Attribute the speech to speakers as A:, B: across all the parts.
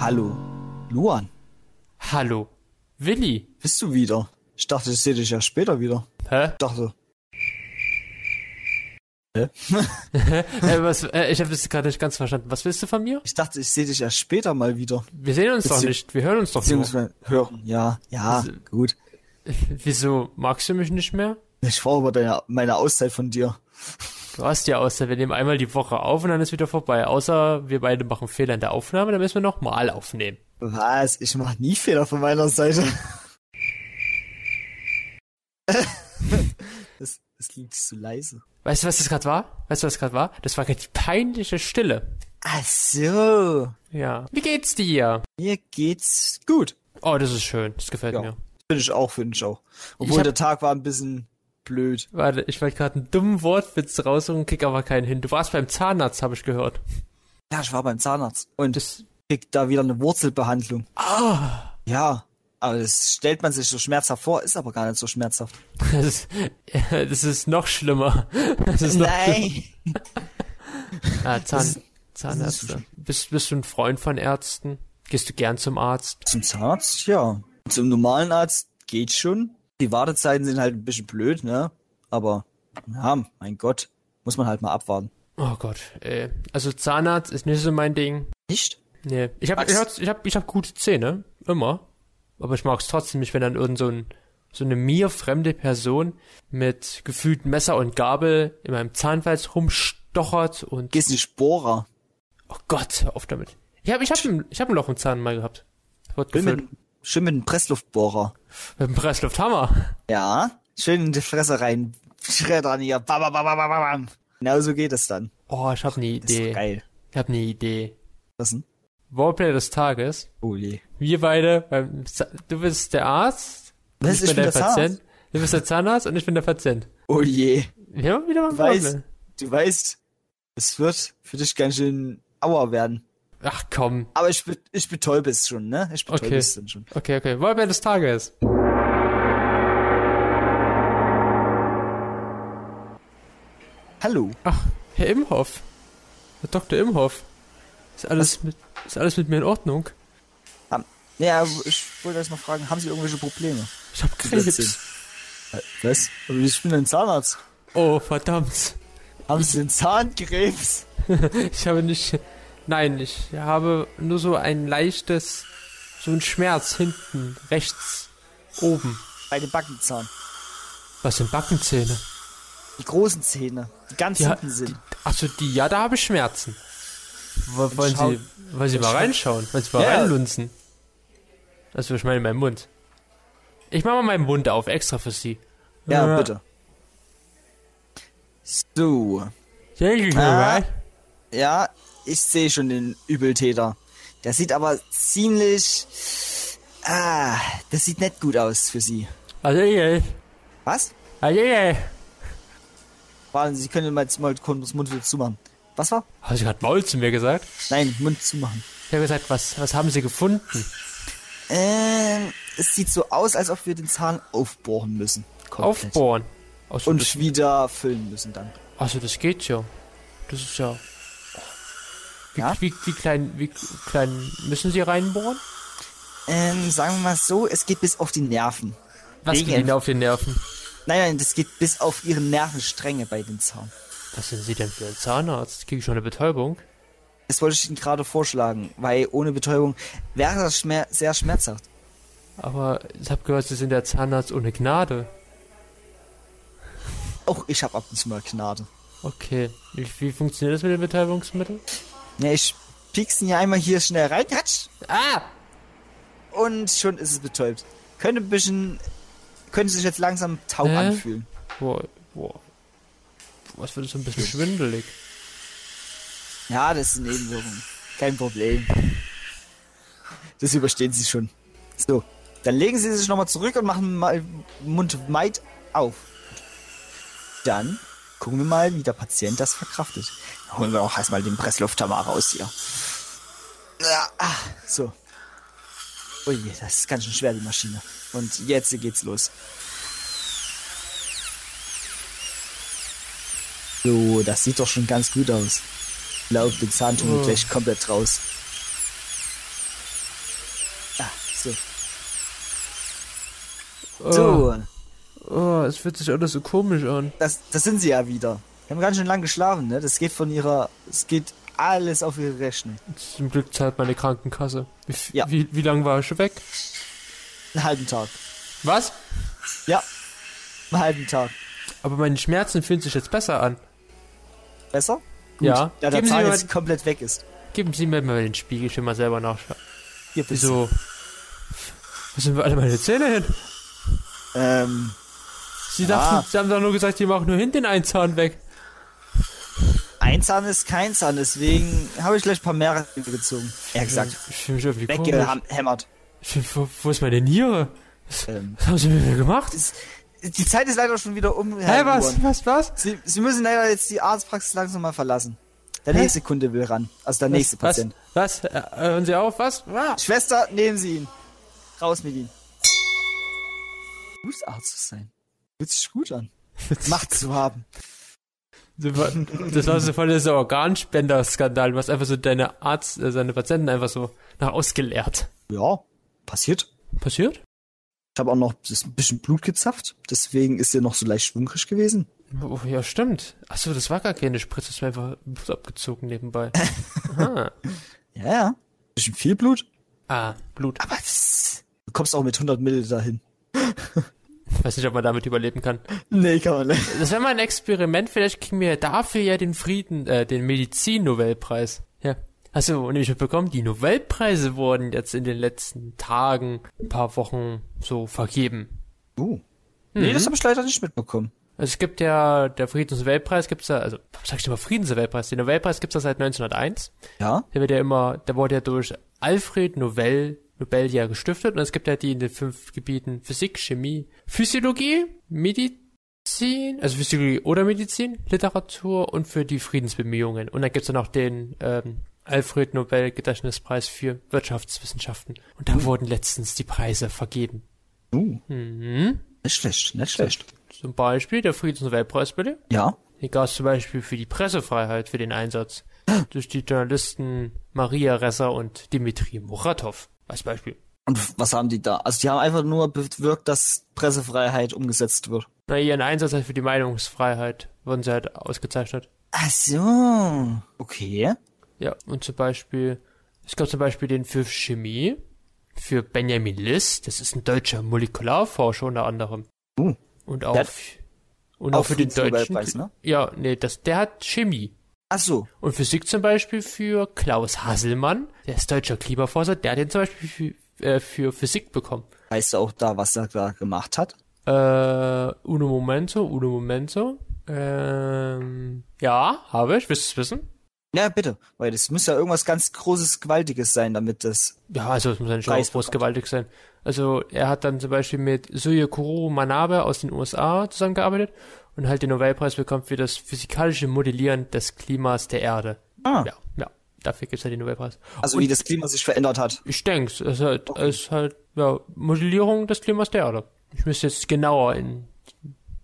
A: Hallo, Luan,
B: Hallo, Willi.
A: bist du wieder? Ich dachte, ich sehe dich ja später wieder.
B: Hä?
A: Ich dachte,
B: Äh, was, äh, ich habe das gerade nicht ganz verstanden. Was willst du von mir?
A: ich dachte, ich sehe dich ja später mal wieder.
B: Wir sehen uns doch
A: Bezieh-
B: nicht. Wir hören uns doch nur.
A: Beziehungsweise hören, ja, ja,
B: Also-
A: gut.
B: Wieso magst du mich nicht mehr?
A: Ich war über deine, meine Auszeit von dir.
B: Du hast ja außer wir nehmen einmal die Woche auf und dann ist wieder vorbei. Außer wir beide machen Fehler in der Aufnahme, dann müssen wir nochmal aufnehmen.
A: Was? Ich mache nie Fehler von meiner Seite. das, das klingt zu leise.
B: Weißt du, was das gerade war? Weißt du, was gerade war? Das war gerade die peinliche Stille.
A: Ach so.
B: Ja. Wie geht's dir?
A: Mir geht's gut.
B: Oh, das ist schön. Das gefällt
A: Ja.
B: mir.
A: Finde ich auch, finde ich auch. Obwohl
B: hab-
A: der Tag war ein bisschen blöd.
B: Warte, ich wollte gerade einen dummen Wortwitz raussuchen, krieg aber keinen hin. Du warst beim Zahnarzt, habe ich gehört.
A: Ja, ich war beim Zahnarzt und
B: Das,
A: krieg da wieder eine Wurzelbehandlung. Ah! Ja, aber das stellt man sich so schmerzhaft vor, ist aber gar nicht so schmerzhaft.
B: das, ist, das ist noch schlimmer. Das ist noch
A: Nein!
B: schlimmer. Ah, Zahn,
A: ist so
B: Zahnärzte. Bist, bist du ein Freund von Ärzten? Gehst du gern zum Arzt?
A: Zum Zahnarzt, ja. Zum normalen Arzt geht schon. Die Wartezeiten sind halt ein bisschen blöd, ne? Aber, ja, mein Gott, muss man halt mal abwarten.
B: Oh Gott, ey. Also Zahnarzt ist nicht so mein Ding.
A: Nicht?
B: Nee, ich habe
A: Magst-
B: ich hab, ich hab, ich hab gute Zähne, immer. Aber ich mag's trotzdem nicht, wenn dann irgend so, ein, so eine mir fremde Person mit gefühlt Messer und Gabel in meinem Zahnfleisch rumstochert und
A: Gehst nicht Bohrer.
B: oh Gott, hör auf damit. Ich hab ich hab, ein- ich hab ein Loch im Zahn mal gehabt. Wird
A: Schön
B: gefüllt.
A: mit, schön mit einem Pressluftbohrer.
B: Mit dem Presslufthammer.
A: Ja, schön in die Fresse rein. Schreddern hier. Bam, bam, bam, bam, bam, bam. Genau so geht es dann.
B: Oh, ich hab ne
A: Das ist doch
B: Idee.
A: geil.
B: Ich hab ne Idee.
A: Was denn?
B: Warplay des Tages.
A: Oh je.
B: Wir beide, beim Za- du bist der Arzt,
A: Was
B: ich bin der Patient.
A: Zahnarzt?
B: Du bist der Zahnarzt und ich bin der Patient.
A: Oh je.
B: Wir haben wieder mal ein
A: Weiß-
B: Warplay.
A: Du weißt, es wird für dich ganz schön auer werden.
B: Ach komm.
A: Aber ich, be ich betäube es schon, ne? Ich betäube
B: Okay.
A: es dann schon.
B: Okay, okay. Wahlbär des Tages.
A: Hallo.
B: Ach, Herr Imhoff. Herr Dr. Imhoff. Ist alles, mit, ist alles mit mir in Ordnung?
A: Haben, ja, ich wollte erst mal fragen, haben Sie irgendwelche Probleme?
B: Ich hab Krebs.
A: Äh, Was? Aber ich bin ein Zahnarzt.
B: Oh, verdammt.
A: Haben Sie den Zahnkrebs?
B: Ich habe nicht... Nein, ich habe nur so ein leichtes... So ein Schmerz hinten, rechts, oben.
A: Bei dem Backenzahn.
B: Was sind Backenzähne?
A: Die großen Zähne, die ganz
B: Ja,
A: hinten sind.
B: Achso, die... Ja, da habe ich Schmerzen. Wo- Wollen
A: schau-
B: Sie, wollen Sie mal
A: schau-
B: reinschauen? Wollen Sie mal
A: Ja.
B: reinlunzen? Also, ich meine meinen Mund. Ich mache mal meinen Mund auf, extra für Sie.
A: Ja,
B: Ja.
A: bitte. So.
B: Thank you,
A: Ah.
B: right?
A: Ja, ich sehe schon den Übeltäter. Der sieht aber ziemlich... Ah, das sieht nicht gut aus für Sie.
B: Also ich,
A: Was?
B: also ich.
A: Warten Sie, Sie können mal jetzt mal kurz Mund wieder zumachen. Was war?
B: Hast du gerade Maul zu mir gesagt?
A: Nein, Mund zumachen.
B: Ich habe gesagt, was, was haben sie gefunden?
A: Ähm, es sieht so aus, als ob wir den Zahn aufbohren müssen. Komplett.
B: Aufbohren. Achso, das,
A: Und wieder füllen müssen dann.
B: achso, das geht ja. Das ist ja... Wie,
A: Ja?
B: wie, wie klein, wie klein müssen sie reinbohren?
A: Ähm, sagen wir mal so, es geht bis auf die Nerven.
B: Was
A: Wegen-
B: geht ihnen auf den Nerven?
A: Nein, nein, das geht bis auf ihre Nervenstränge bei dem Zahn.
B: Was sind sie denn für ein Zahnarzt? Kriege ich schon eine Betäubung?
A: Das wollte ich Ihnen gerade vorschlagen, weil ohne Betäubung wäre das schmer sehr schmerzhaft.
B: Aber ich habe gehört, sie sind der Zahnarzt ohne Gnade.
A: Auch ich habe ab und zu mal Gnade.
B: Okay. Wie, wie funktioniert das mit dem Betäubungsmittel?
A: Ja, ich pieksen ja einmal hier schnell rein, ratsch,
B: Ah!
A: und schon ist es betäubt. Könnte ein bisschen, könnte sich jetzt langsam taub
B: Hä?
A: anfühlen.
B: Boah, boah. Was wird so ein bisschen schwindelig?
A: Ja, das ist eine Nebenwirkung. Kein Problem. Das überstehen Sie schon. So, dann legen Sie sich nochmal zurück und machen mal Mund weit auf. Dann gucken wir mal, wie der Patient das verkraftet. Dann holen wir auch erstmal den Presslufthammer raus hier. Ja, ah, so. Ui, das ist ganz schön schwer, die Maschine. Und jetzt geht's los. So, das sieht doch schon ganz gut aus. Ich glaube, den Zahn tun wir
B: Oh.
A: gleich komplett raus. Ah, So,
B: Oh, es fühlt sich alles so komisch an.
A: das, das sind sie ja wieder. Wir haben ganz schön lang geschlafen, ne? Das geht von ihrer. Es geht alles auf ihre Rechnung.
B: Zum Glück zahlt meine Krankenkasse. Wie, f-
A: Ja.
B: wie, wie lange war ich schon weg?
A: Einen halben Tag.
B: Was?
A: Ja. Einen halben Tag.
B: Aber meine Schmerzen fühlen sich jetzt besser an.
A: Besser?
B: Ja.
A: Ja, der
B: geben, Sie mir
A: Zahn
B: mal,
A: jetzt komplett weg ist.
B: geben Sie mir mal den Spiegel, ich will mal selber nachschauen.
A: Hier bist du.
B: Wieso? Wo sind wir alle meine Zähne hin?
A: Ähm,
B: Sie
A: Ja.
B: dachten, Sie haben doch nur gesagt, Sie machen nur hinten einen Zahn weg.
A: ein Zahn ist kein Zahn, deswegen habe ich gleich ein paar mehrere gezogen. Er gesagt,
B: Ich fühle mich irgendwie komisch.
A: weggehämmert.
B: Ich fühl, wo, wo ist meine Niere?
A: Ähm,
B: Was haben Sie mit mir gemacht?
A: das, die Zeit ist leider schon wieder um.
B: Hä,
A: Herr
B: was,
A: Johann.
B: was, was?
A: Sie, Sie müssen leider jetzt die Arztpraxis langsam mal verlassen. Der
B: Hä?
A: nächste Kunde will ran. Also der nächste
B: was,
A: Patient.
B: Was? Äh, hören Sie auf, was? Ah.
A: Schwester, nehmen Sie ihn. Raus mit ihm. Fußarzt zu sein. Fühlt sich gut an. Macht zu haben.
B: Das war, das war so voll dieser Organspender-Skandal, was einfach so deine Arzt, äh, seine Patienten einfach so nach ausgeleert.
A: Ja, passiert.
B: Passiert?
A: Ich habe auch noch das ein bisschen Blut gezapft. Deswegen ist er noch so leicht schwungrig gewesen.
B: Oh, ja, stimmt. Achso, das war gar keine Spritze, das ist mir einfach Blut abgezogen nebenbei. Aha.
A: Ja, ja. Ein bisschen viel Blut.
B: Ah, Blut.
A: Aber pss, du kommst auch mit 100 Milliliter hin.
B: Ich weiß nicht, ob man damit überleben kann.
A: Nee, kann man nicht.
B: Das wäre mal ein Experiment, vielleicht kriegen wir dafür ja den Frieden, äh, den Medizin-Nobelpreis. Ja. Achso, nämlich mitbekommen, die Nobelpreise wurden jetzt in den letzten Tagen, ein paar Wochen so vergeben.
A: Uh. Nee, das habe ich leider nicht mitbekommen.
B: Also es gibt ja, der Friedensnobelpreis gibt's da, also, warum sag ich denn immer Friedensnobelpreis? Den Nobelpreis gibt's da seit 1901.
A: Ja?
B: Der wird ja immer, der wurde ja durch Alfred Nobel, Nobel ja gestiftet und es gibt ja die in den fünf Gebieten Physik, Chemie, Physiologie, Medizin, also Physiologie oder Medizin, Literatur und für die Friedensbemühungen. Und dann gibt's dann auch den, ähm, Alfred Nobel Gedächtnispreis für Wirtschaftswissenschaften. Und da wurden letztens die Preise vergeben.
A: Uh,
B: Mhm.
A: nicht schlecht, nicht schlecht.
B: Zum Beispiel der Friedensnobelpreis, bitte.
A: Ja?
B: Hier gab es zum Beispiel für die Pressefreiheit für den Einsatz durch die Journalisten Maria Resser und Dmitri Muratov als Beispiel.
A: Und was haben die da? Also die haben einfach nur bewirkt, dass Pressefreiheit umgesetzt wird.
B: Na, ihren Einsatz halt für die Meinungsfreiheit wurden sie halt ausgezeichnet.
A: Ach so. Okay.
B: Ja, und zum Beispiel, es gab zum Beispiel den für Chemie, für Benjamin List, das ist ein deutscher Molekularforscher unter anderem.
A: Uh.
B: Und auch,
A: Der-
B: f- und auch, für den deutschen.
A: Friedensnobelpreis, ne?
B: Ja, nee, das, der hat Chemie.
A: Ach so.
B: Und Physik zum Beispiel für Klaus Hasselmann, der ist deutscher Klimaforscher, der hat den zum Beispiel für, äh, für Physik bekommen.
A: Weißt du auch da, was er da gemacht hat?
B: Äh, uno momento, uno momento. Ähm, ja, habe ich, willst du es wissen?
A: Ja, bitte. Weil das muss ja irgendwas ganz Großes, Gewaltiges sein, damit das...
B: Ja, also es muss ein
A: Preis
B: groß gewaltig sein. Also er hat dann zum Beispiel mit Suyokuro Manabe aus den USA zusammengearbeitet und halt den Nobelpreis bekommen für das physikalische Modellieren des Klimas der Erde.
A: Ah.
B: Ja, ja, dafür gibt's ja den Nobelpreis.
A: Also wie das Klima sich verändert hat.
B: Ich denk's. Es ist halt, es ist halt ja, Modellierung des Klimas der Erde. Ich müsste jetzt genauer in,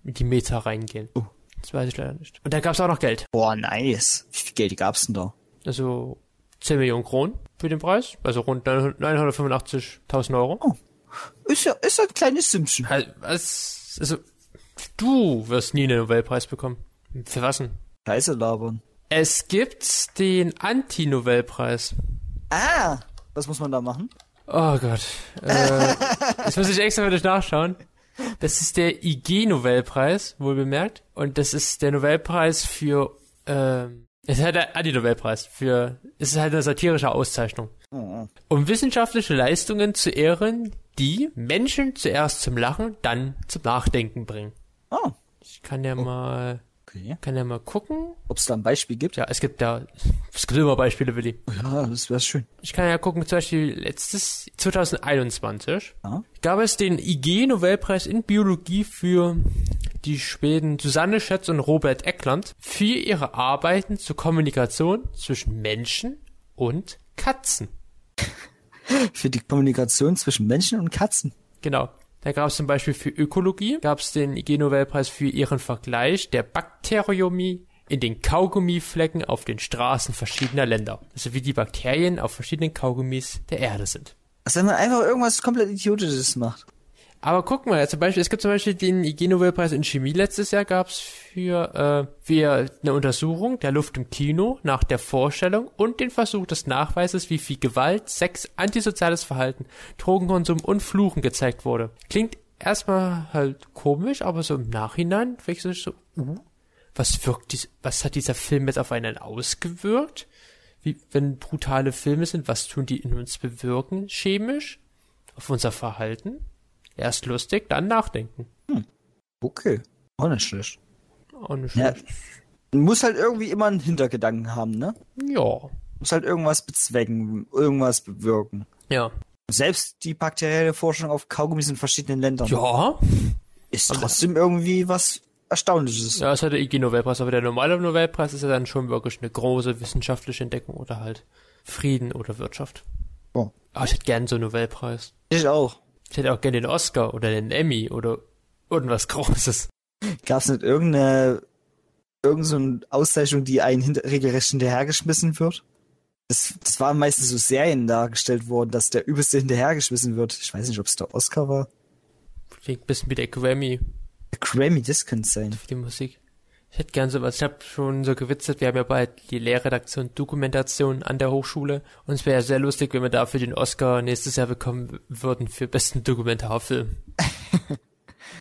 B: in die Meta reingehen.
A: Oh.
B: Das weiß ich leider nicht. Und da gab's auch noch Geld.
A: Boah, nice. Wie viel Geld gab's denn da?
B: Also 10 Millionen Kronen für den Preis. Also rund 900 985.000 Euro.
A: Ist ja, ist ja ein kleines Sümmchen.
B: Also, was, also, du wirst nie einen Nobelpreis bekommen. Für was denn?
A: Scheiße labern.
B: Es gibt den Anti-Nobelpreis.
A: Ah, was muss man da machen?
B: Oh Gott. Äh, das muss ich extra für dich nachschauen. Das ist der IG-Nobelpreis, wohl bemerkt. Und das ist der Nobelpreis für. ähm, es ist halt der Anti-Nobelpreis. Für. Es ist halt eine satirische Auszeichnung.
A: Oh,
B: Um wissenschaftliche Leistungen zu ehren, die Menschen zuerst zum Lachen, dann zum Nachdenken bringen.
A: oh.
B: Ich kann ja mal.
A: okay.
B: Kann ja mal gucken.
A: Ob es da ein Beispiel gibt?
B: Ja, es gibt da. Es gibt immer Beispiele, Willi.
A: Ja, das wäre schön.
B: Ich kann ja gucken, zum Beispiel letztes, 2021,
A: Ja.
B: gab es den IG-Nobelpreis in Biologie für die Schweden Susanne Schätz und Robert Eckland für ihre Arbeiten zur Kommunikation zwischen Menschen und Katzen.
A: Für die Kommunikation zwischen Menschen und Katzen.
B: Genau. Da gab es zum Beispiel für Ökologie, gab es den IG-Nobelpreis für ihren Vergleich der Bakteriomie in den Kaugummiflecken auf den Straßen verschiedener Länder. Also wie die Bakterien auf verschiedenen Kaugummis der Erde sind.
A: Also wenn man einfach irgendwas komplett Idiotisches macht.
B: Aber guck mal, ja, zum Beispiel, es gibt zum Beispiel den IG Nobelpreis in Chemie letztes Jahr gab's für, äh, für eine Untersuchung der Luft im Kino nach der Vorstellung und den Versuch des Nachweises, wie viel Gewalt, Sex, antisoziales Verhalten, Drogenkonsum und Fluchen gezeigt wurde. Klingt erstmal halt komisch, aber so im Nachhinein denkst du dich so, uh, was wirkt dies, was hat dieser Film jetzt auf einen ausgewirkt? Wie, wenn brutale Filme sind, was tun die in uns bewirken, chemisch? Auf unser Verhalten? Erst lustig, dann nachdenken.
A: Okay. Auch nicht schlecht.
B: Auch nicht
A: Ja.
B: schlecht.
A: Muss halt irgendwie immer einen Hintergedanken haben, ne?
B: Ja.
A: Muss halt irgendwas bezwecken, irgendwas bewirken.
B: Ja.
A: Selbst die bakterielle Forschung auf Kaugummis in verschiedenen Ländern
B: Ja.
A: ist trotzdem irgendwie was Erstaunliches.
B: Ja, das hat der IG-Nobelpreis, aber der normale Nobelpreis ist ja dann schon wirklich eine große wissenschaftliche Entdeckung oder halt Frieden oder Wirtschaft.
A: Ja.
B: Aber ich hätte gern so einen Nobelpreis.
A: Ich auch.
B: Ich hätte auch gern den Oscar oder den Emmy oder irgendwas Großes.
A: Gab es nicht irgendeine, irgendeine Auszeichnung, die einen hinter, regelrecht hinterhergeschmissen wird? Das, das waren meistens so Serien dargestellt worden, dass der Übelste hinterhergeschmissen wird. Ich weiß nicht, ob es der Oscar war.
B: Klingt ein bisschen wie der Grammy
A: Der Grammy, das könnte sein.
B: für die Musik. Ich hätte gern sowas. Ich habe schon so gewitzelt, wir haben ja bald die Lehrredaktion Dokumentation an der Hochschule. Und es wäre ja sehr lustig, wenn wir dafür den Oscar nächstes Jahr bekommen würden für besten Dokumentarfilm.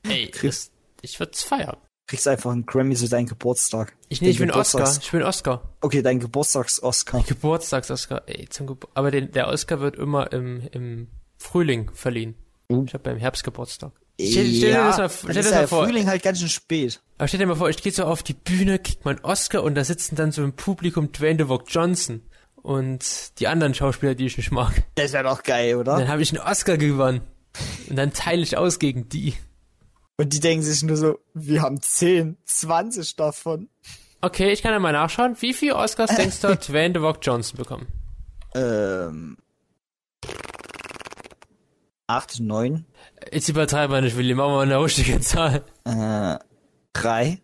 B: Ey,
A: Chris.
B: das- ich würde es feiern.
A: Kriegst einfach einen Grammy für deinen Geburtstag.
B: Ich, nee, ich
A: Den
B: bin Oscar.
A: Geburtstags-
B: Ich bin Oscar.
A: Okay, dein Geburtstags-Oscar.
B: Geburtstags-Oscar. Ey, zum Gebur Aber den, der Oscar wird immer im, im Frühling verliehen.
A: Mhm.
B: Ich habe beim Herbst Geburtstag. Stell, stell dir
A: Ja,
B: das mal,
A: dann
B: stell dir
A: ist
B: das
A: ja
B: mal vor.
A: Frühling halt ganz schön spät.
B: Aber stell dir mal vor, ich gehe so auf die Bühne, krieg meinen Oscar und da sitzen dann so im Publikum Dwayne The Rock Johnson und die anderen Schauspieler, die ich nicht mag.
A: Das wäre doch geil,
B: Und
A: oder?
B: dann habe ich einen Oscar gewonnen. Und dann teile ich aus gegen die.
A: Und die denken sich nur so, wir haben 10, 20 davon.
B: Okay, ich kann ja mal nachschauen. Wie viel Oscars denkst du, hat Dwayne The Rock Johnson bekommen?
A: Ähm. 8, 9,
B: Jetzt übertreibe ich nicht, Willi. Machen wir mal eine richtige Zahl.
A: äh, 3.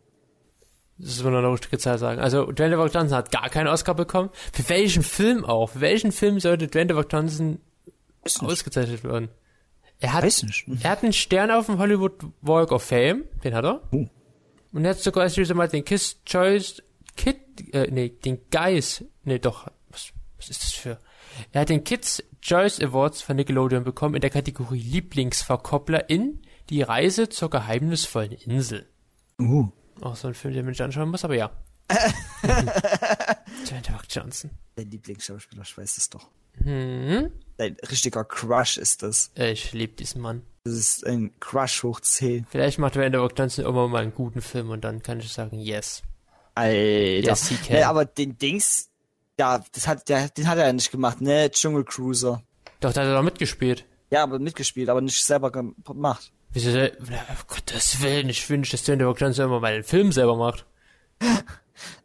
B: Das will man eine richtige Zahl sagen. Also, Dwayne The Rock Johnson hat gar keinen Oscar bekommen. Für welchen Film auch? Für welchen Film sollte Dwayne The Rock Johnson
A: Weiß nicht.
B: ausgezeichnet werden? Er hat,
A: Weiß nicht.
B: er hat einen Stern auf dem Hollywood Walk of Fame. Den hat er.
A: Oh.
B: Und er hat sogar erst mal den Kiss Choice, Kid, äh, nee, den Guys, nee, doch, was, was ist das für? Er hat den Kids Choice Awards von Nickelodeon bekommen in der Kategorie Lieblingsverkoppler in Die Reise zur geheimnisvollen Insel.
A: Uh.
B: Auch so ein Film, den man nicht anschauen muss, aber ja. Dwayne The Rock Johnson.
A: Dein Lieblingsschauspieler, ich weiß es doch.
B: Hm,
A: Dein richtiger Crush ist das.
B: äh, ich liebe diesen Mann.
A: Das ist ein Crush hoch 10.
B: Vielleicht macht Dwayne The Rock Johnson irgendwann mal einen guten Film und dann kann ich sagen, yes.
A: Alter.
B: Yes, he can.
A: nee, aber den Dings, ja, das hat, der, den hat er ja nicht gemacht, ne? Dschungelcruiser.
B: Doch, da hat er doch mitgespielt.
A: Ja, aber mitgespielt, aber nicht selber gemacht.
B: Wieso soll, na, um Gottes Willen, ich wünsche, dass Dwayne The Rock Johnson immer mal einen Film selber macht.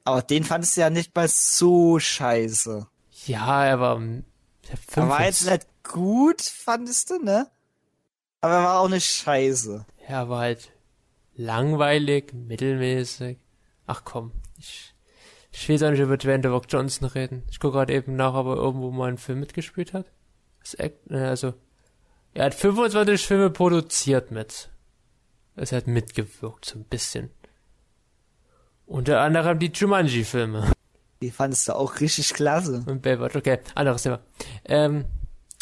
A: Aber den fandest du ja nicht mal so scheiße.
B: Ja, er war, mm, ich hab
A: Er
B: fünf
A: war
B: jetzt-
A: jetzt nicht gut, fandest du, ne? Aber er war auch nicht scheiße.
B: er war halt langweilig, mittelmäßig. Ach komm, ich, ich will jetzt auch nicht über Dwayne The Rock Johnson reden. Ich gucke gerade eben nach, ob er irgendwo mal einen Film mitgespielt hat. Das Act, äh, also, er hat 25 Filme produziert mit. Es hat mitgewirkt, so ein bisschen. Unter anderem die Jumanji-Filme.
A: Die fandest du auch richtig klasse.
B: Und Baywatch, okay, anderes Thema. Ähm,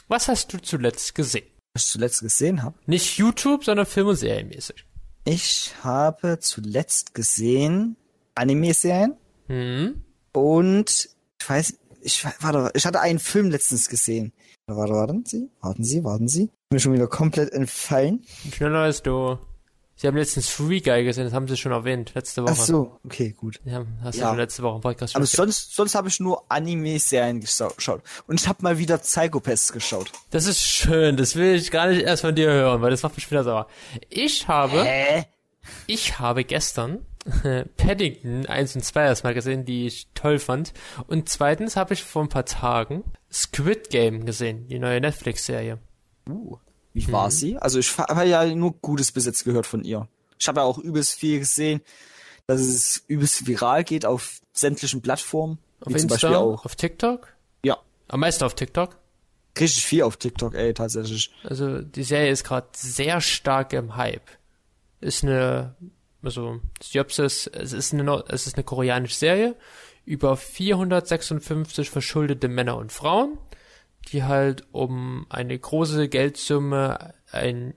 B: was hast du zuletzt gesehen?
A: Was ich zuletzt gesehen habe.
B: Nicht YouTube, sondern Film- und Serienmäßig.
A: Ich habe zuletzt gesehen Anime-Serien
B: Hm?
A: und ich weiß, ich warte, ich hatte einen Film letztens gesehen. Warte, warten Sie, warten Sie, warten Sie. Mir schon wieder komplett entfallen.
B: Schneller als du. Sie haben letztens Free Guy gesehen, das haben sie schon erwähnt, letzte Woche.
A: Ach so, okay, gut.
B: Ja, hast
A: Ja.
B: du schon letzte Woche im Podcast schon
A: Aber
B: erzählt.
A: sonst, sonst habe ich nur Anime-Serien gesau- geschaut. Und ich habe mal wieder Psychopaths geschaut.
B: Das ist schön, das will ich gar nicht erst von dir hören, weil das macht mich wieder sauer. Ich habe,
A: Hä?
B: ich habe gestern äh, Paddington 1 und 2 erstmal gesehen, die ich toll fand. Und zweitens habe ich vor ein paar Tagen Squid Game gesehen, die neue Netflix-Serie.
A: Uh, wie
B: Hm.
A: war sie? Also ich fa- habe ja nur Gutes bis jetzt gehört von ihr. Ich habe ja auch übelst viel gesehen, dass es übelst viral geht auf sämtlichen Plattformen.
B: Auf
A: wie zum
B: Insta,
A: Beispiel auch.
B: auf TikTok?
A: Ja.
B: Am meisten auf TikTok.
A: Richtig viel auf TikTok, ey, tatsächlich.
B: Also die Serie ist gerade sehr stark im Hype. Ist eine, also Synopsis, es ist eine, Nor- es ist eine koreanische Serie über 456 verschuldete Männer und Frauen, die halt um eine große Geldsumme ein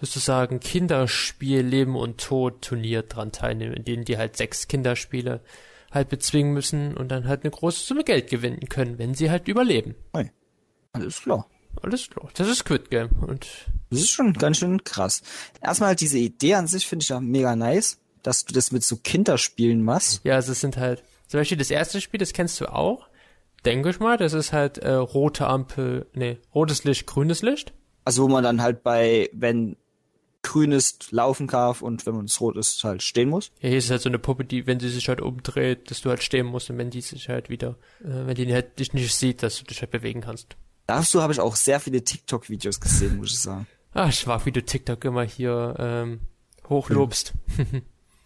B: sozusagen Kinderspiel Leben und Tod Turnier dran teilnehmen, in denen die halt sechs Kinderspiele halt bezwingen müssen und dann halt eine große Summe Geld gewinnen können, wenn sie halt überleben.
A: Alles klar.
B: Alles klar. Das ist Squid Game und
A: Das ist schon ganz schön krass. Erstmal halt diese Idee an sich finde ich ja mega nice, dass du das mit so Kinderspielen machst.
B: Ja, also es sind halt, zum Beispiel das erste Spiel, das kennst du auch, denke ich mal, das ist halt äh, rote Ampel, nee, rotes Licht, grünes Licht.
A: Also wo man dann halt bei, wenn grün ist, laufen darf und wenn man es rot ist, halt stehen muss.
B: Ja, hier ist halt so eine Puppe, die, wenn sie sich halt umdreht, dass du halt stehen musst und wenn die sich halt wieder, äh, wenn die halt dich nicht sieht, dass du dich halt bewegen kannst.
A: Dazu habe ich auch sehr viele TikTok-Videos gesehen, muss ich sagen.
B: Ah, schwach, wie du TikTok immer hier ähm, hochlobst.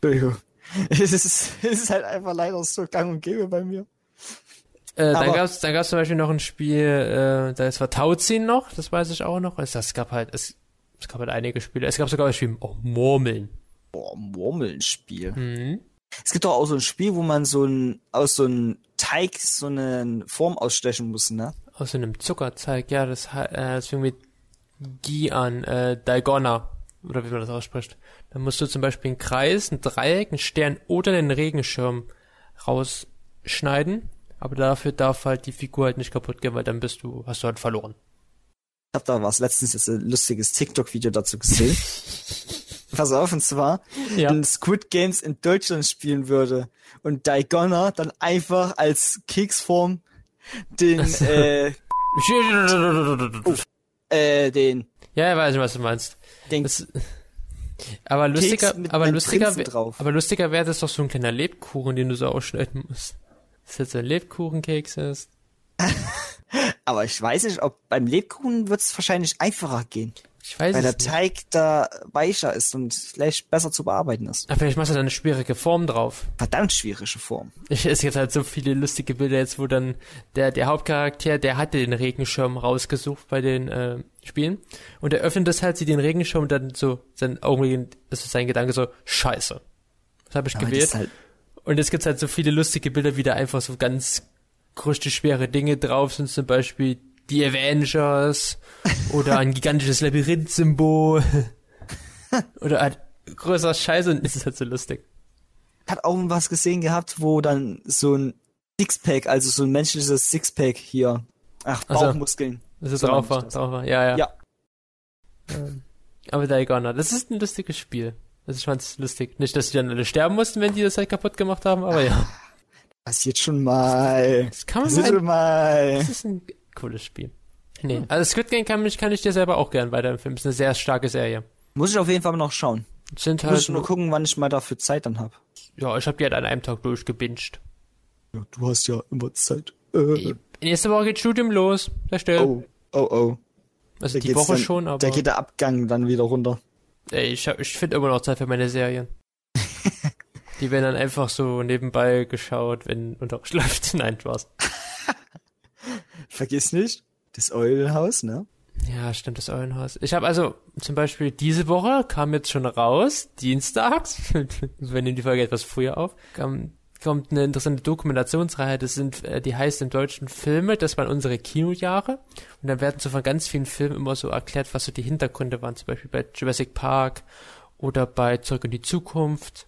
A: Entschuldigung. Es ist, es ist halt einfach leider so gang und gäbe bei mir.
B: Äh, dann
A: Aber-
B: gab's dann gab's zum Beispiel noch ein Spiel, äh, das war Tauziehen noch, das weiß ich auch noch. Es, es gab halt, es, es gab halt einige Spiele. Es gab sogar ein Spiel, oh, Murmeln.
A: Boah, Murmeln-Spiel.
B: Mhm.
A: Es gibt doch auch so ein Spiel, wo man so ein, aus so einem Teig so eine Form ausstechen muss, ne?
B: Aus einem Zuckerteig, ja, das, hei- äh, das fing mit Gi an, äh, Daigona, oder wie man das ausspricht. Dann musst du zum Beispiel einen Kreis, ein Dreieck, einen Stern oder den Regenschirm rausschneiden. Aber dafür darf halt die Figur halt nicht kaputt gehen, weil dann bist du, hast du halt verloren.
A: Ich habe da was letztens jetzt ein lustiges TikTok-Video dazu gesehen. Pass auf, und zwar,
B: Ja.
A: wenn Squid Games in Deutschland spielen würde und Daigona dann einfach als Keksform den, äh, äh, den,
B: Ja, ich weiß nicht, was du meinst.
A: den
B: Das, aber lustiger,
A: Keks mit
B: aber
A: einem
B: lustiger,
A: Prinzen
B: wär-
A: drauf.
B: aber lustiger wäre das doch so ein kleiner Lebkuchen, den du so ausschneiden musst. Dass jetzt so ein Lebkuchenkeks ist.
A: Aber ich weiß nicht, ob beim Lebkuchen wird es wahrscheinlich einfacher gehen,
B: Ich weiß
A: weil
B: es
A: der
B: nicht.
A: Teig da weicher ist und vielleicht besser zu bearbeiten ist.
B: Ah, vielleicht machst du dann eine schwierige Form drauf.
A: Verdammt schwierige Form.
B: Ich, es gibt halt so viele lustige Bilder jetzt, wo dann der, der Hauptcharakter, der hatte den Regenschirm rausgesucht bei den äh, Spielen. Und er öffnet das halt, sieht den Regenschirm und dann so, sein Augenblick ist sein Gedanke so, scheiße. Das habe ich
A: Aber das
B: gewählt.
A: ist halt,
B: Und es gibt halt so viele lustige Bilder, wie da einfach so ganz größte schwere Dinge drauf sind, zum Beispiel die Avengers oder ein gigantisches Labyrinth-Symbol oder halt größer Scheiße und es ist halt so lustig.
A: hat auch was gesehen gehabt, wo dann so ein Sixpack, also so ein menschliches Sixpack hier, ach,
B: Ach so.
A: Bauchmuskeln.
B: Das ist
A: So
B: drauf war,
A: meine ich das.
B: drauf war, ja, ja.
A: Ja.
B: Ähm, aber da egal, das ist ein lustiges Spiel. Also ich fand's lustig. Nicht, dass die dann alle sterben mussten, wenn die das halt kaputt gemacht haben, aber ja.
A: Passiert schon mal.
B: Das kann man
A: Passiert
B: mal.
A: schon mal.
B: Das ist ein cooles Spiel. Nee, also Squid Game kann, mich, kann ich dir selber auch gern weiterempfehlen. Ist eine sehr starke Serie.
A: Muss ich auf jeden Fall noch schauen.
B: sind
A: Muss
B: halt
A: ich nur gucken, wann ich mal dafür Zeit dann hab.
B: ja ich habe die halt an einem Tag durchgebinged.
A: Ja, du hast ja immer Zeit. Äh,
B: nächste Woche geht Studium los der Stelle
A: oh, oh, oh.
B: also
A: Da
B: die
A: geht's
B: Woche
A: dann-
B: schon aber
A: Da geht der Abgang dann wieder runter.
B: ey, ich hab- ich finde immer noch Zeit für meine Serien die werden dann einfach so nebenbei geschaut wenn Unterricht läuft nein Spaß
A: Vergiss nicht, das Eulenhaus, ne?
B: ja stimmt das Eulenhaus ich habe also zum Beispiel diese Woche kam jetzt schon raus dienstags wir nehmen die Folge etwas früher auf kam kommt eine interessante Dokumentationsreihe, das sind, äh, die heißt im Deutschen Filme, das waren unsere Kinojahre. Und dann werden so von ganz vielen Filmen immer so erklärt, was so die Hintergründe waren, zum Beispiel bei Jurassic Park oder bei Zurück in die Zukunft.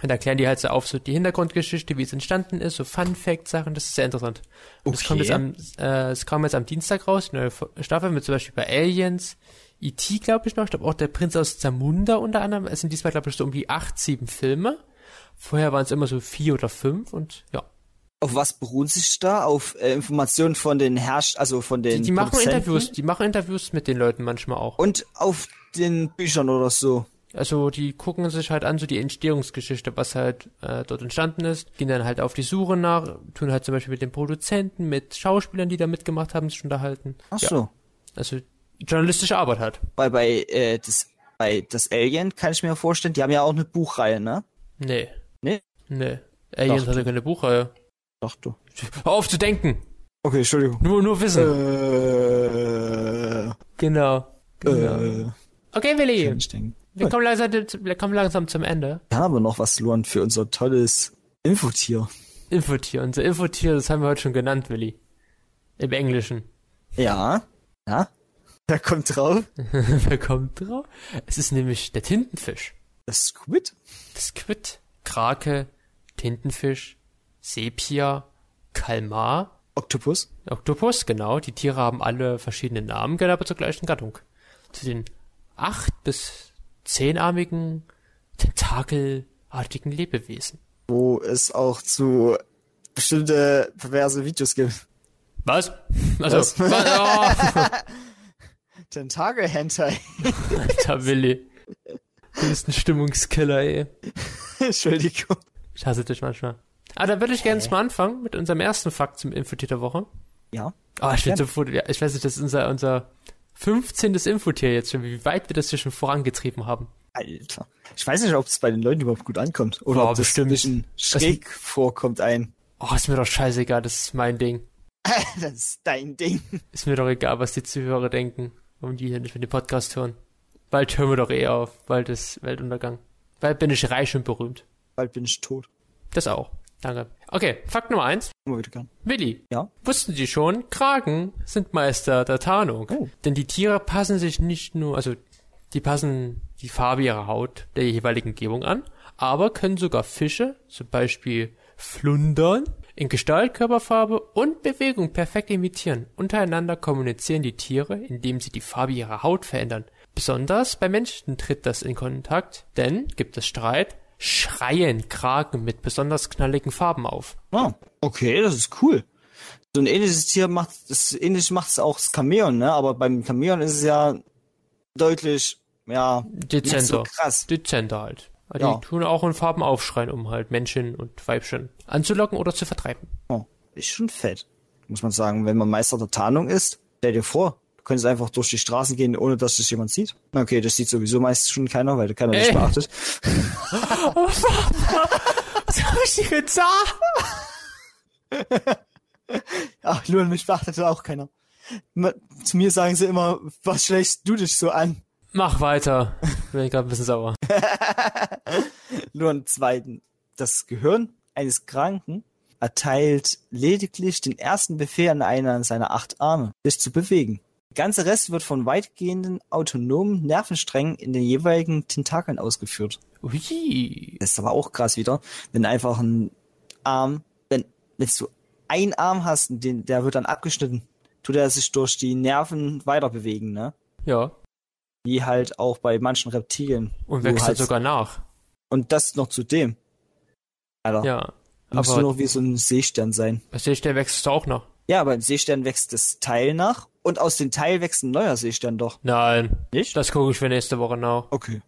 B: Und da erklären die halt so auf so die Hintergrundgeschichte, wie es entstanden ist, so Fun Fact Sachen, das ist sehr interessant. Und es
A: Okay.
B: kommt jetzt am, äh, es kam jetzt am Dienstag raus, die neue Fo- Staffel mit zum Beispiel bei Aliens, E.T. glaube ich noch, ich glaube auch der Prinz aus Zamunda unter anderem, es sind diesmal glaube ich so um die acht, sieben Filme. Vorher waren es immer so vier oder fünf und ja.
A: Auf was beruhen sich da? Auf äh, Informationen von den Herrsch, also von den
B: Die, die machen
A: Produzenten
B: Interviews, die machen Interviews mit den Leuten manchmal auch.
A: und auf den Büchern oder so.
B: Also die gucken sich halt an, so die Entstehungsgeschichte, was halt äh, dort entstanden ist, gehen dann halt auf die Suche nach, tun halt zum Beispiel mit den Produzenten, mit Schauspielern, die da mitgemacht haben, sich unterhalten.
A: Ach
B: Ja,
A: so.
B: also journalistische Arbeit halt.
A: Bei bei äh, das bei das Alien kann ich mir vorstellen, die haben ja auch eine Buchreihe, ne?
B: Nee.
A: Nee?
B: Nee. Aliens
A: Doch.
B: hatte keine Buchreihe.
A: Doch du.
B: Hör auf zu denken!
A: Okay, Entschuldigung.
B: Nur, nur wissen.
A: Äh,
B: Genau. genau.
A: äh,
B: okay, Willi.
A: ich denke.
B: Wir kommen, langsam, wir kommen langsam zum Ende.
A: Wir haben aber noch was, Luan, für unser tolles Infotier.
B: Infotier. Unser Infotier, das haben wir heute schon genannt, Willi. Im Englischen.
A: Ja. Ja. Da kommt drauf.
B: Wer kommt drauf? Es ist nämlich der Tintenfisch.
A: Das Squid.
B: Das Quid. Krake, Tintenfisch, Sepia, Kalmar,
A: Oktopus.
B: Oktopus, genau. Die Tiere haben alle verschiedene Namen, gehören aber zur gleichen Gattung. Zu den acht- bis zehnarmigen, tentakelartigen Lebewesen.
A: Wo es auch zu bestimmte perverse Videos gibt.
B: Was? Also, was?
A: Was?
B: was? Oh,
A: Tentakel-Hentai.
B: alter Willi. Du bist ein Stimmungskiller, ey.
A: Entschuldigung.
B: Ich hasse dich manchmal. Ah, dann würde ich gerne jetzt mal anfangen mit unserem ersten Fakt zum Infotier der Woche.
A: Ja.
B: Ah, ich bin
A: Gerne.
B: so froh, ja, ich weiß nicht, das ist unser, unser 15. Infotier jetzt schon, wie weit wir das hier schon vorangetrieben haben.
A: Alter. Ich weiß nicht, ob es bei den Leuten überhaupt gut ankommt. Oder ob
B: Boah,
A: das
B: bestimmt.
A: ein bisschen schräg vorkommt ein.
B: Oh, ist mir doch scheißegal, das ist mein Ding.
A: Das ist dein Ding.
B: Ist mir doch egal, was die Zuhörer denken, warum die hier nicht mit dem Podcast hören. Bald hören wir doch eh auf, bald ist Weltuntergang. Bald bin ich reich und berühmt.
A: Bald bin ich tot.
B: Das auch. Danke. Okay, Fakt Nummer eins.
A: Immer wieder gern.
B: Willi.
A: Ja?
B: Wussten Sie schon, Kraken sind Meister der Tarnung.
A: Oh.
B: Denn die Tiere passen sich nicht nur, also die passen die Farbe ihrer Haut der jeweiligen Umgebung an, aber können sogar Fische, zum Beispiel Flundern, in Gestalt, Körperfarbe und Bewegung perfekt imitieren. Untereinander kommunizieren die Tiere, indem sie die Farbe ihrer Haut verändern. Besonders bei Menschen tritt das in Kontakt, denn gibt es Streit, schreien Kraken mit besonders knalligen Farben auf.
A: Ah, okay, das ist cool. So ein ähnliches Tier macht, das ähnlich macht es auch das Chamäleon, ne? Aber beim Chamäleon ist es ja deutlich, ja, nicht so
B: Dezenter.
A: krass.
B: dezenter halt. Aber Die
A: Ja.
B: tun auch in Farben aufschreien, um halt Männchen und Weibchen anzulocken oder zu vertreiben.
A: Oh, ist schon fett. Muss man sagen, wenn man Meister der Tarnung ist, stell dir vor, du könntest einfach durch die Straßen gehen, ohne dass dich jemand sieht. Na, Okay, das sieht sowieso meist schon keiner, weil keiner
B: Ey.
A: dich beachtet.
B: Was habe ich dir gesagt?
A: Ach, nur mich beachtet auch keiner. Ma- Zu mir sagen sie immer, was schlägst du dich so an?
B: Mach weiter. Bin gerade ein bisschen sauer.
A: Nur einen zweiten. Das Gehirn eines Kranken erteilt lediglich den ersten Befehl an einer seiner acht Arme, sich zu bewegen. Der ganze Rest wird von weitgehenden autonomen Nervensträngen in den jeweiligen Tentakeln ausgeführt.
B: Ui.
A: Das ist aber auch krass wieder, wenn einfach ein Arm, wenn, wenn du einen Arm hast, den, der wird dann abgeschnitten, tut er sich durch die Nerven weiter bewegen, ne?
B: Ja.
A: Wie halt auch bei manchen Reptilien.
B: Und
A: Wo
B: wächst halt
A: halt-
B: sogar nach.
A: Und das noch zu dem. Alter.
B: Ja.
A: Musst du
B: Aber
A: noch wie so ein Seestern sein.
B: bei Seestern wächst du auch noch.
A: Ja, aber ein Seestern wächst das Teil nach und aus dem Teil wächst ein neuer Seestern doch.
B: Nein.
A: Nicht?
B: Das gucke ich für nächste Woche nach.
A: Okay.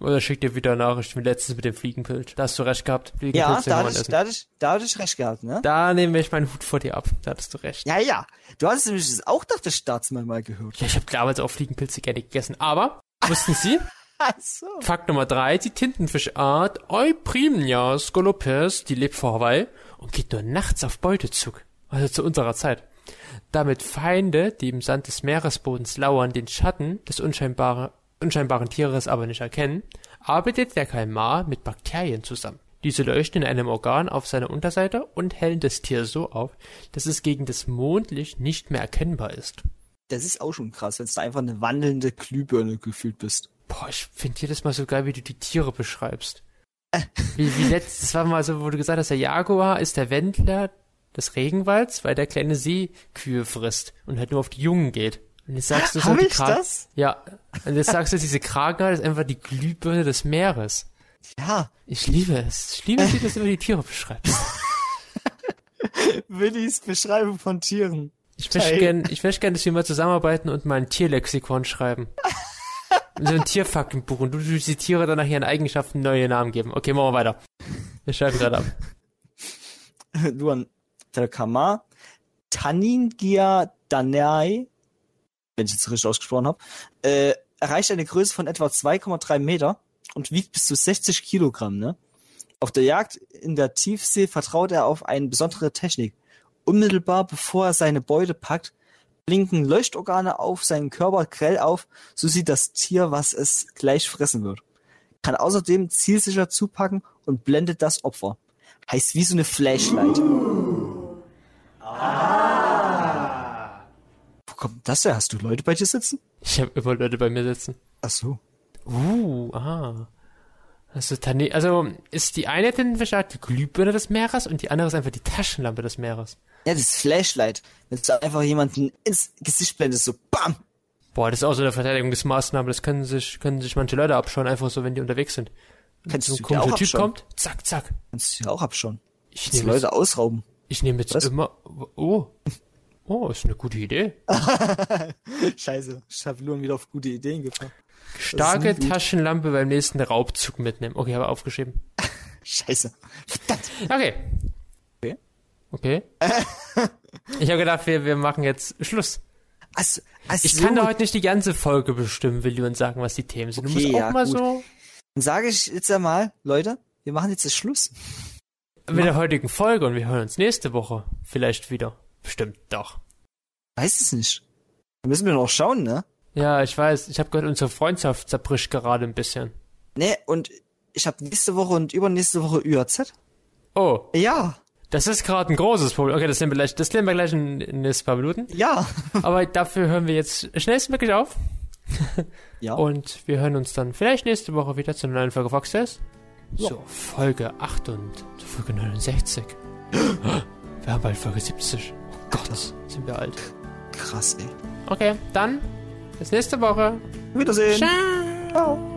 B: Oder schick dir wieder Nachrichten wie letztens mit dem Fliegenpilz. Da hast du recht gehabt.
A: Ja,
B: Fliegenpilz den
A: da
B: kann man
A: hatte, ich,
B: essen.
A: da, hatte ich, da hatte ich recht gehabt, ne?
B: da nehme ich meinen Hut vor dir ab. Da hattest du recht.
A: Ja, ja. Du hast nämlich das auch nach der Staatsmann mal gehört.
B: Ja, ich habe damals auch Fliegenpilze gerne gegessen. Aber, wussten Sie?
A: Also.
B: Fakt Nummer drei: die Tintenfischart Euprimnia scolopes, die lebt vor Hawaii und geht nur nachts auf Beutezug, also zu unserer Zeit. Damit Feinde, die im Sand des Meeresbodens lauern, den Schatten des unscheinbaren, unscheinbaren Tieres aber nicht erkennen, arbeitet der Kalmar mit Bakterien zusammen. Diese leuchten in einem Organ auf seiner Unterseite und hellen das Tier so auf, dass es gegen das Mondlicht nicht mehr erkennbar ist.
A: Das ist auch schon krass, wenn du einfach eine wandelnde Glühbirne gefühlt bist.
B: Boah, ich finde jedes Mal so geil, wie du die Tiere beschreibst.
A: Äh.
B: Wie, wie letztes, das war mal so, wo du gesagt hast, der Jaguar ist der Wendler des Regenwalds, weil der kleine Seekühe frisst und halt nur auf die Jungen geht. Und jetzt sagst du so,
A: Hab
B: die
A: ich
B: Kragen-
A: das?
B: Ja. Und jetzt sagst du, diese Kragenheit ist einfach die Glühbirne des Meeres.
A: Ja,
B: Ich liebe es. Ich liebe es, wie du es über die Tiere beschreibst.
A: Willis Beschreibung von Tieren.
B: Ich möchte
A: Geil.
B: gern, ich möchte gern, dass wir mal zusammenarbeiten und mal ein Tierlexikon schreiben. So ein Tierfaktenbuch und du tust die Tiere dann nachher ihren Eigenschaften neue Namen geben. Okay, machen wir weiter. Wir schreiben gerade ab.
A: Luan Telkama, Taningia Danai, wenn ich jetzt richtig ausgesprochen habe, äh, erreicht eine Größe von etwa 2,3 Meter und wiegt bis zu 60 Kilogramm. Ne? Auf der Jagd in der Tiefsee vertraut er auf eine besondere Technik, Unmittelbar bevor er seine Beute packt, blinken Leuchtorgane auf seinen Körper grell auf, so sieht das Tier, was es gleich fressen wird. Kann außerdem zielsicher zupacken und blendet das Opfer. Heißt wie so eine Flashlight. Ah. Wo kommt das her? Hast du Leute bei dir sitzen?
B: Ich habe immer Leute bei mir sitzen.
A: Ach so.
B: Uh, ah. Also, Tane also ist die eine Tintenfische die Glühbirne des Meeres und die andere ist einfach die Taschenlampe des Meeres.
A: Ja, das Flashlight. Wenn du einfach jemanden ins Gesicht blendest, so BAM!
B: Boah, das ist auch so eine Verteidigungsmaßnahme. Das können sich, können sich manche Leute abschauen, einfach so, wenn die unterwegs sind.
A: Kannst
B: So ein
A: du dir
B: komischer
A: auch
B: Typ
A: abschauen?
B: kommt, zack, zack.
A: Kannst du dir auch abschauen.
B: Ich
A: Kannst du
B: nehme jetzt,
A: Leute ausrauben.
B: ich nehme jetzt
A: Was?
B: immer. Oh. Oh, ist eine gute Idee.
A: Scheiße, ich habe nur wieder auf gute Ideen gefahren.
B: Starke
A: nicht gut.
B: Taschenlampe beim nächsten Raubzug mitnehmen. Okay, habe aufgeschrieben.
A: Scheiße. Verdammt.
B: Okay.
A: Okay.
B: Okay. ich habe gedacht, wir, wir machen jetzt Schluss.
A: Also, also
B: Ich kann da heute nicht die ganze Folge bestimmen, Willi, und sagen, was die Themen sind. Du
A: Okay,
B: musst auch
A: ja,
B: mal
A: gut.
B: so
A: Dann sage ich jetzt einmal, Leute, wir machen jetzt den Schluss.
B: mit der heutigen Folge und wir hören uns nächste Woche vielleicht wieder. Bestimmt doch.
A: Weiß es nicht. Da müssen wir noch schauen, ne?
B: Ja, ich weiß. Ich habe gehört, unsere Freundschaft zerbricht gerade ein bisschen.
A: Ne, und ich habe nächste Woche und übernächste Woche ÜAZ.
B: Oh,
A: Ja,
B: das ist gerade ein großes Problem. Okay, das nehmen wir gleich, das nehmen wir gleich in, in ein paar Minuten.
A: ja.
B: Aber dafür hören wir jetzt schnellstmöglich auf.
A: Ja.
B: Und wir hören uns dann vielleicht nächste Woche wieder zu einer neuen Folge Foxtest.
A: Ja.
B: So, Folge 8 und zu Folge 69. wir haben bald Folge 70. Oh Gott, sind wir alt.
A: Krass, ey.
B: Okay, dann bis nächste Woche.
A: Wiedersehen.
B: Ciao.
A: Ciao.